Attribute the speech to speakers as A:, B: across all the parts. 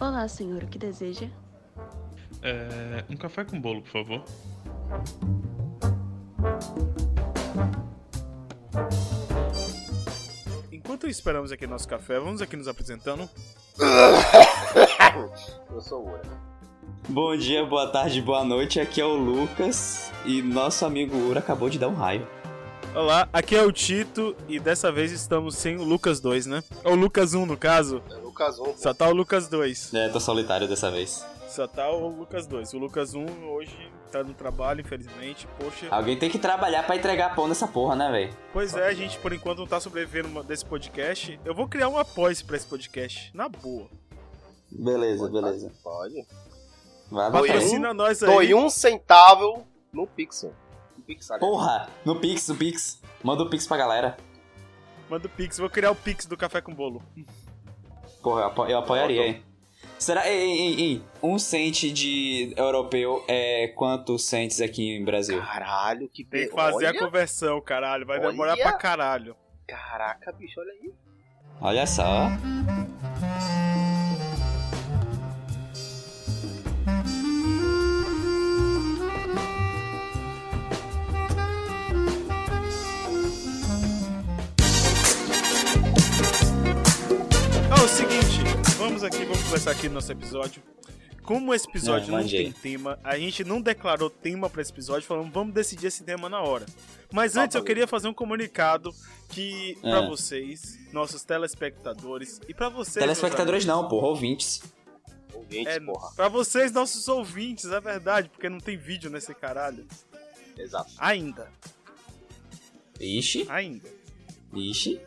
A: Olá, senhor, o que deseja?
B: É, um café com bolo, por favor.
C: Enquanto esperamos aqui nosso café, vamos aqui nos apresentando.
D: Eu sou o Ura.
E: Bom dia, boa tarde, boa noite. Aqui é o Lucas e nosso amigo Ura acabou de dar um raio.
C: Olá, aqui é o Tito e dessa vez estamos sem o Lucas 2, né? Ou o Lucas 1 no caso.
D: É Lucas Ovo.
C: Só tá o Lucas 2.
E: É, tô solitário dessa vez.
C: Só tá o Lucas 2. O Lucas 1 hoje tá no trabalho, infelizmente. Poxa.
E: Alguém tem que trabalhar pra entregar pão nessa porra, né, velho?
C: Pois é, a gente por enquanto não tá sobrevivendo uma- desse podcast. Eu vou criar um após pra esse podcast. Na boa.
E: Beleza, beleza.
D: Pode.
E: Vai
D: Oi,
E: botar aí.
C: Patrocina nós aí.
D: Doe um centavo no Pixel. No né? Pixel.
E: Porra, no Pix, no Pix. Manda o Pix pra galera.
C: Manda o Pix. Vou criar o Pix do café com bolo.
E: Porra, eu, apo- eu apoiaria,
D: Tá
E: hein? Será. Ei, ei, ei, ei. Um cent de europeu é quantos cents aqui em Brasil?
D: Caralho, que
C: Tem
D: be-
C: que fazer
D: olha,
C: a conversão, caralho. Vai
D: Olha.
C: demorar pra caralho.
D: Caraca, bicho, olha aí.
E: Olha só.
C: É o seguinte, vamos aqui, vamos começar aqui nosso episódio. Como esse episódio
E: Não,
C: não,
E: mande
C: tem
E: aí.
C: tema, a gente não declarou tema pra esse episódio, falando vamos decidir esse tema na hora. Mas
D: Ah,
C: antes eu
D: valeu.
C: queria fazer um comunicado que pra
E: Tá Ah.
C: vocês, nossos telespectadores e pra vocês, meus
E: Telespectadores não, porra, ouvintes.
D: Ouvinte,
C: amigos. é,
D: porra.
C: pra vocês, nossos ouvintes, é verdade, porque não tem vídeo nesse caralho.
D: Exato.
C: Ainda,
E: Ixi,
C: ainda.
E: ixi.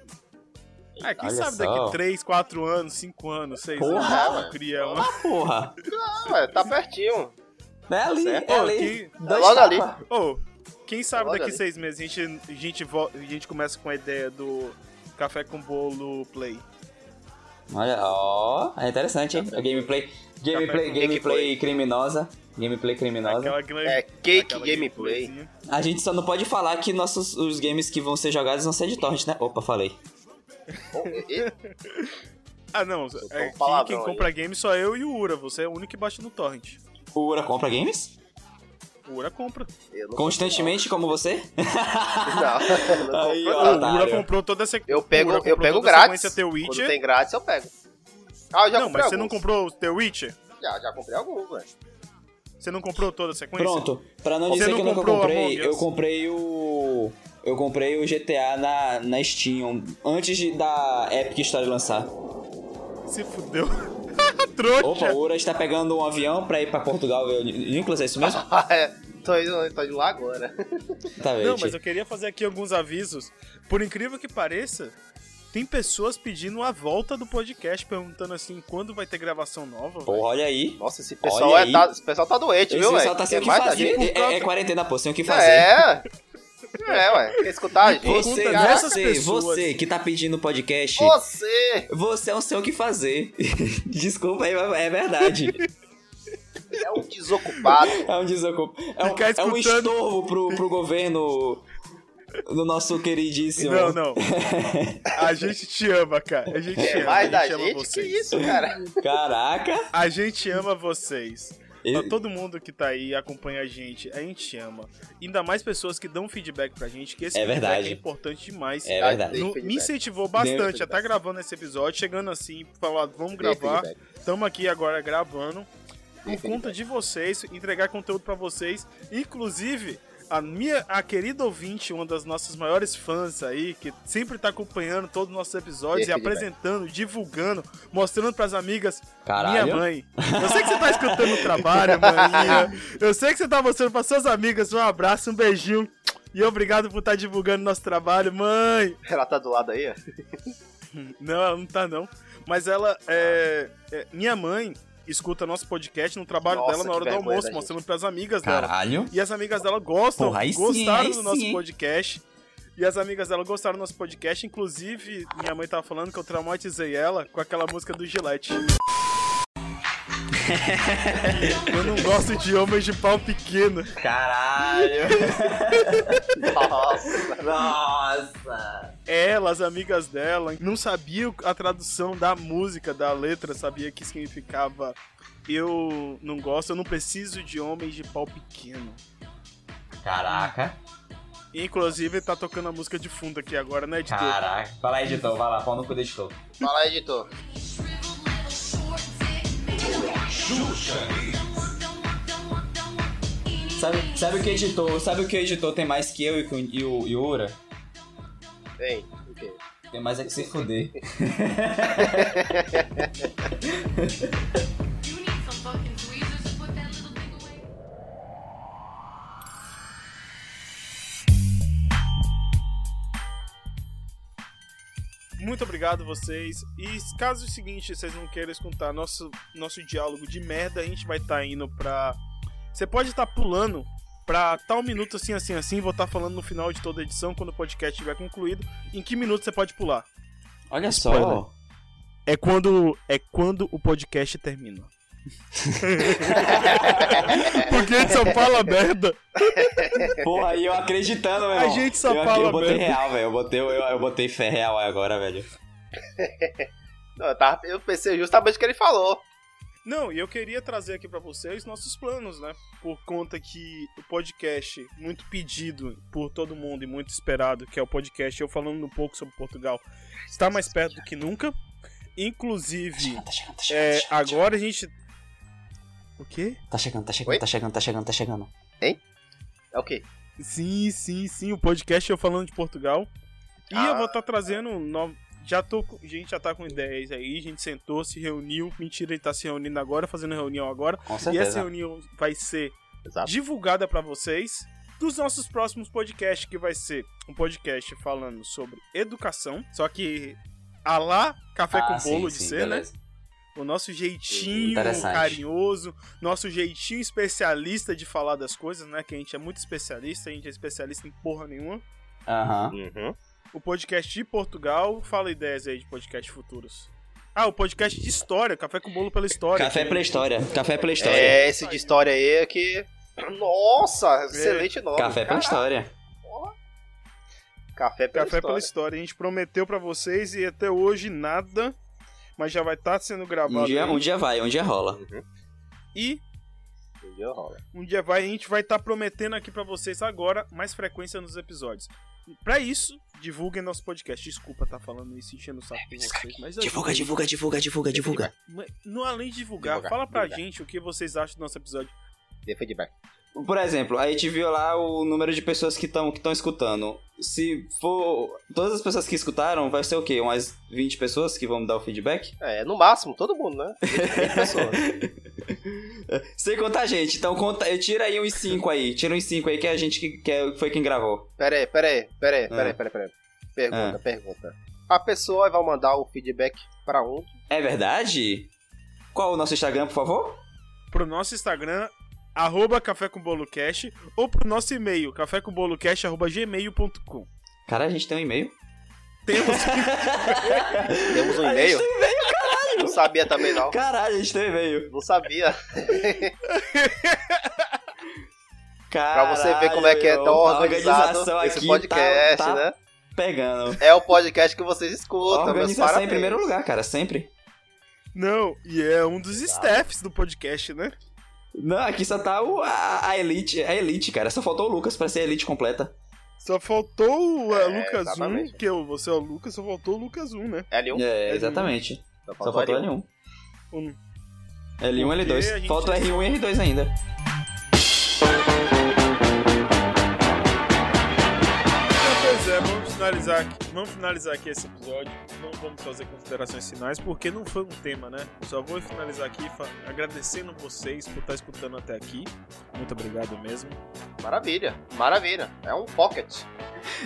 C: É, quem
E: Olha
C: sabe
E: só.
C: daqui 3, 4 anos, 5 anos, 6 anos,
E: Porra,
C: ela cria uma.
E: Ah, porra.
D: Ah, ué, tá pertinho.
E: É ali,
D: certo.
E: é
C: Ô,
E: ali.
C: que-
E: Dois
D: logo ali.
E: tapa.
C: Ô, quem sabe
D: Olha
C: daqui
D: ali.
C: seis meses a gente, a, gente vo- a gente começa com a ideia do café com bolo play.
E: Olha, ó, é interessante, hein? A gameplay,
C: Tá
E: gameplay,
C: com-
E: gameplay criminosa, gameplay criminosa.
C: Aquela grande.
D: É cake
C: aquela
D: gameplay.
C: gameplayzinha.
E: A gente só não pode falar que nossos os games que vão ser jogados vão ser de torrent, né? Opa, falei.
D: Bom, e- e-
C: Ah, não.
D: Soltou
C: É,
D: um
C: quem- quem,
D: palavrão aí.
C: compra game só eu e o Ura. Você é o único que baixa no torrent.
E: O Ura compra games?
C: O Ura compra.
D: eu não
E: Constantemente, como você?
D: compro, Não, eu não
E: Aí,
D: compro,
E: ó.
D: não.
C: o Ura
E: otário.
C: comprou toda essa.
D: Ah, tá. Eu pego,
C: o Ura
D: eu
C: comprou
D: pego
C: toda a
D: grátis.
C: sequência The
D: Quando
C: Witcher.
D: tem grátis, eu pego. Ah, eu já
C: Não,
D: comprei
C: mas você não
D: alguns.
C: comprou o The Witcher?
D: Já, já comprei alguns, velho.
C: Você não comprou toda a sequência?
E: Pronto, pra não
C: Você
E: dizer
C: não
E: que eu nunca
C: comprou
E: comprei,
C: Among Us?
E: eu comprei o... Eu comprei o GTA na, na Steam antes de, da Epic Store lançar.
C: Se fudeu. Trouxa.
E: Opa, o Ura está pegando um avião pra ir pra Portugal ver o Ni- Nicolas, é isso mesmo?
D: Ah, tô, indo, tô indo lá agora.
E: Tá,
C: Não,
E: gente.
C: mas eu queria fazer aqui alguns avisos. Por incrível que pareça, tem pessoas pedindo a volta do podcast, perguntando assim, quando vai ter gravação nova? velho?
E: Porra, olha aí.
D: Nossa, esse
E: Olha
D: pessoal, é,
E: aí.
D: tá, esse pessoal tá doente,
E: Esse
D: viu, velho?
E: pessoal tá sem o
D: Quer
E: que
D: mais da
E: fazer.
D: gente?
E: É, é quarentena, pô, sem o que fazer.
D: É. É, ué. Quer escutar a gente?
E: Você,
C: Puta,
D: Caraca,
C: dessas
E: você,
C: pessoas.
E: você que tá pedindo podcast,
D: Você!
E: você é um sem o que fazer. Desculpa aí, mas é verdade.
D: É um desocupado.
E: É um desocupo. É um,
C: Ficar
E: é um
C: escutando-
E: estorvo pro, pro governo do nosso queridíssimo.
C: Não, não. A gente te ama, cara. A gente te
D: É
C: ama.
D: mais
C: a
D: da
C: gente ama
D: gente que
C: vocês.
D: isso, cara.
E: Caraca!
C: A gente ama vocês.
E: Eu-
C: Pra todo mundo que tá aí acompanha a gente, a gente te ama. Ainda mais pessoas que dão feedback pra gente, que esse
E: É
C: feedback
E: verdade.
C: é importante demais.
E: É verdade.
C: No- me incentivou bastante a estar gravando esse episódio, chegando assim, falar, vamos gravar. Estamos aqui agora gravando por conta de vocês, entregar conteúdo pra vocês. Inclusive, a minha a querida ouvinte, uma das nossas maiores fãs aí, que sempre tá acompanhando todos os nossos episódios
D: Dê
C: e
D: feedback.
C: apresentando, divulgando, mostrando pras amigas,
E: Caralho.
C: minha mãe. Eu sei que você tá escutando o trabalho, maninha. Eu sei que você tá mostrando pras suas amigas. Um abraço, um beijinho. E obrigado por estar divulgando nosso trabalho, mãe.
D: Ela tá do lado aí, ó.
C: Não, ela não tá, não. Mas ela é. é, minha mãe escuta nosso podcast no trabalho
D: Nossa,
C: dela na
D: que
C: hora do
D: vergonha
C: almoço,
D: da
C: mostrando pras amigas dela.
E: Caralho.
C: E as amigas dela gostam,
E: Porra, aí sim,
C: gostaram
E: aí
C: do
E: sim,
C: nosso
E: hein?
C: podcast. E as amigas dela gostaram do nosso podcast. Inclusive, minha mãe tava falando que eu traumatizei ela com aquela música do Gillette. eu não gosto de homens de pau pequeno.
E: Caralho.
D: Nossa.
E: Nossa.
C: ela, as amigas dela, não sabia a tradução da música, da letra, sabia que significava eu não gosto, eu não preciso de homens de pau pequeno.
A: Caraca.
C: Inclusive, tá tocando a música de fundo aqui agora, né, editor?
A: Caraca. Vai lá, editor. Vai lá. Pau no cu do editor.
F: Fala, editor.
E: Sabe, sabe o que editor? Sabe o que o editor tem mais que eu e, com- e o Yura?
D: Bem, o quê?
E: Tem mais é que se fuder.
G: You need some fucking tweezers to put that little thing away.
C: Muito obrigado vocês. E caso o seguinte, vocês não queiram escutar nosso, nosso diálogo de merda, a gente vai estar indo pra. Você pode estar pulando pra tal minuto assim, assim, assim, vou estar falando no final de toda a edição, quando o podcast estiver concluído. Em que minuto você pode pular?
E: Olha só.
C: Spoiler. É quando, é quando o podcast termina. Porque a gente só fala merda.
E: Porra, e eu acreditando, meu
C: A
E: irmão.
C: gente só
E: eu,
C: fala
E: Eu botei
C: merda.
E: real, velho. Eu botei, eu, eu botei fé real agora, velho.
D: Não, eu, tava, eu pensei justamente o que ele falou.
C: Não, e eu queria trazer aqui pra vocês nossos planos, né? Por conta que o podcast, muito pedido por todo mundo e muito esperado, que é o podcast Eu Falando um pouco sobre Portugal, está mais perto do que nunca. Inclusive,
E: Tá chegando, tá chegando,
C: é,
E: tá chegando.
C: agora a gente. O quê?
E: Tá chegando, tá chegando,
D: Oi?
E: tá chegando, tá chegando, tá chegando.
D: É o quê?
C: Sim, sim, sim, o podcast Eu Falando de Portugal. E eu
A: Ah.
C: vou estar trazendo. um No... Já tô. com- A gente já tá com ideias aí, a gente sentou, se reuniu. Mentira, ele tá se reunindo agora, fazendo reunião agora.
E: Com
C: E assim, essa
E: certeza.
C: reunião vai ser
D: Exato.
C: divulgada pra vocês dos nossos próximos podcasts, que vai ser um podcast falando sobre educação, só que a lá café
A: Ah,
C: com
A: sim,
C: bolo de
A: sim,
C: ser, né?
A: beleza.
C: O nosso jeitinho
A: Interessante.
C: carinhoso, nosso jeitinho especialista de falar das coisas, né? Que a gente é muito especialista, a gente é especialista em porra nenhuma.
E: Aham.
D: Uhum.
C: O podcast de Portugal, fala ideias aí de podcast futuros. Ah, o podcast de história, Café com Bolo pela História.
E: Café
C: que-
E: pela história. Café pela história.
D: É, esse de história aí é que. Nossa, excelente nome.
E: Café pela
D: Caralho,
E: história.
D: Café pela
C: Café pela
D: história.
C: História. A gente prometeu pra vocês e até hoje nada, mas já vai estar sendo gravado.
E: Um dia,
C: aí.
E: um dia vai, um dia rola.
C: E
D: Entendeu, Rola?
C: um dia vai, a gente vai estar prometendo aqui pra vocês agora mais frequência nos episódios. E Pra isso, divulguem nosso podcast. Desculpa tá falando isso, enchendo o saco de vocês, mas é
E: Divulga, divulga, divulga, divulga, divulga.
C: Mas Não além de divulgar,
D: Divulgar,
C: fala pra
D: divulgar.
C: gente o que vocês acham do nosso episódio.
D: Dê feedback.
E: Por exemplo, a gente viu lá o número de pessoas que estão que tão escutando. Se for. Todas as pessoas que escutaram, vai ser o quê? Umas 20 pessoas que vão dar o feedback?
D: É, no máximo, todo mundo, né? pessoas.
E: Sem contar a gente, então conta. Tira aí uns 5 aí. Tira uns 5 aí que é a gente que, que é- foi quem gravou.
D: Pera aí, pera aí, pera aí, pera
E: Ah.
D: aí, pera aí, pera aí. Pergunta, pergunta. A pessoa vai mandar o feedback pra um? onde?
E: É verdade? Qual o nosso Instagram, por favor?
C: Pro nosso Instagram, arroba Café com Bolo Cash, ou pro nosso e-mail, cafécombolocast.gmail.com.
E: Cara, a gente tem um e-mail.
C: Temos
D: Temos um e-mail? Não sabia também, não.
E: Caralho, a gente tem um e-mail.
D: Não sabia. Pra
E: Caralho,
D: você ver como é que é tão
E: a
D: organizado
E: organização
D: esse
E: aqui
D: podcast,
E: tá, tá
D: né?
E: Pegando.
D: É o podcast que vocês escutam, meus
E: organização em
D: parabéns.
E: primeiro lugar, cara, sempre.
C: Não, e é um dos staffs do podcast, né?
E: Não, aqui só tá o, a, a elite, é a elite, cara. Só faltou o Lucas pra ser a elite completa.
C: Só faltou o é,
D: É,
C: Lucas 1,
D: exatamente.
C: que eu, você é o Lucas, só faltou o Lucas 1, né?
D: É L1?
E: É, exatamente. Só faltou
D: faltou L1.
E: L1.
C: Um.
E: L1
C: Porque
E: L2.
C: a gente-
E: um, Falta o R1 e R2 ainda.
C: Então, pois é, vamos finalizar aqui, vamos finalizar aqui esse episódio. Não vamos fazer considerações finais, porque não foi um tema, né? Só vou finalizar aqui fa- agradecendo vocês por estar escutando até aqui. Muito obrigado mesmo.
D: Maravilha, maravilha. É um pocket.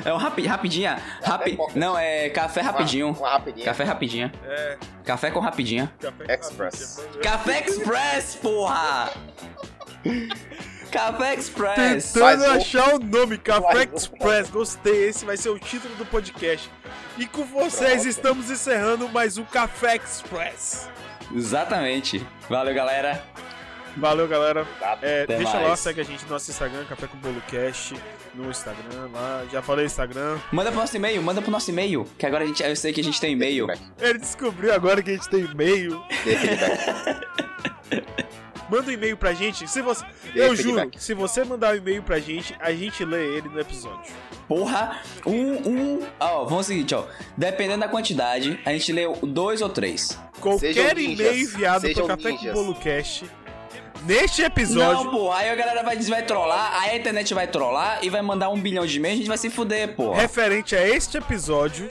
E: É um rapi, rapidinha. Rapi,
D: pouco.
E: não, é café rapidinho.
D: Uma, uma rapidinha.
E: Café rapidinha.
C: É,
E: Café com rapidinha.
C: café
D: Express.
E: Café Express, porra! Café Express!
C: Tentando
D: Faz um-
C: achar o nome, Café
D: Faz um-
C: Express. Gostei, esse vai ser o título do podcast. E com vocês
D: Pronto.
C: estamos encerrando mais um Café Express.
E: Exatamente. Valeu, galera.
C: Valeu, galera.
D: Exato.
C: É,
E: Até
C: deixa
E: mais.
C: lá, segue a gente no nosso Instagram, Café com Bolo Cast. no Instagram lá. Já falei Instagram.
E: Manda pro nosso e-mail, manda pro nosso e-mail. Que agora a gente, eu sei que a gente tem e-mail.
C: Ele descobriu agora que a gente tem e-mail.
D: Dê feedback.
C: Manda um e-mail pra gente. Se você,
D: Dê
C: eu juro,
D: feedback.
C: se você mandar um e-mail pra gente, a gente lê ele no episódio.
E: Porra, um, um. Ó, vamos ao seguinte, ó. Dependendo da quantidade, a gente leu dois ou três.
C: Qualquer
D: Sejam
C: e-mail
D: ninjas.
C: enviado pro
D: Sejam
C: Café com
D: ninjas.
C: Bolo Cast neste episódio.
E: Não, porra, aí a galera vai, vai trollar, aí a internet vai trollar e vai mandar um bilhão de e-mails, a gente vai se fuder, porra.
C: referente a este episódio,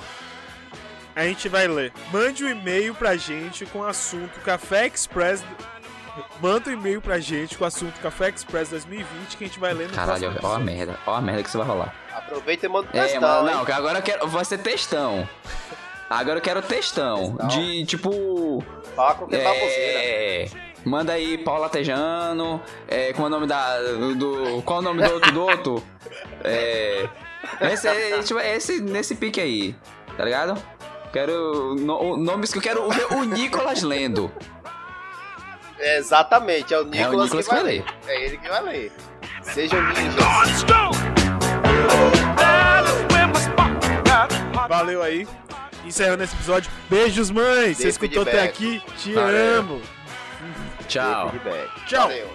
C: a gente vai ler. Mande um e-mail pra gente com o assunto Café Express. Manda um e-mail pra gente com o assunto Café Express 2020 que a gente vai ler no
E: Caralho,
C: próximo
E: ó a
C: episódio.
E: merda, ó a merda que você vai rolar.
D: Aproveita e manda um
E: É,
D: testão,
E: mano,
D: hein?
E: não, que agora eu quero. Vai ser textão. Agora eu quero textão.
D: Textão.
E: De tipo.
D: Fala tá qualquer baboseira.
E: É. Manda aí Paula Tejano. É, como é o nome da. Do, qual é o nome do outro do outro? É. Esse, é, tipo, é esse, nesse pique aí, tá ligado? Quero. no- nomes que eu quero ver o Nicolas lendo.
D: É, Exatamente, é o
E: É o
D: Nicolas,
E: Nicolas
D: que vai ler. É ele que vai ler. Sejam ninjas.
C: Valeu aí. Encerrando esse episódio. Beijos, mãe. Você
D: Dê
C: escutou até
D: feedback.
C: aqui? Te
E: Valeu.
C: amo.
E: Tchau.
D: Feedback.
C: Tchau.
D: Valeu.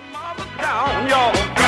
F: down your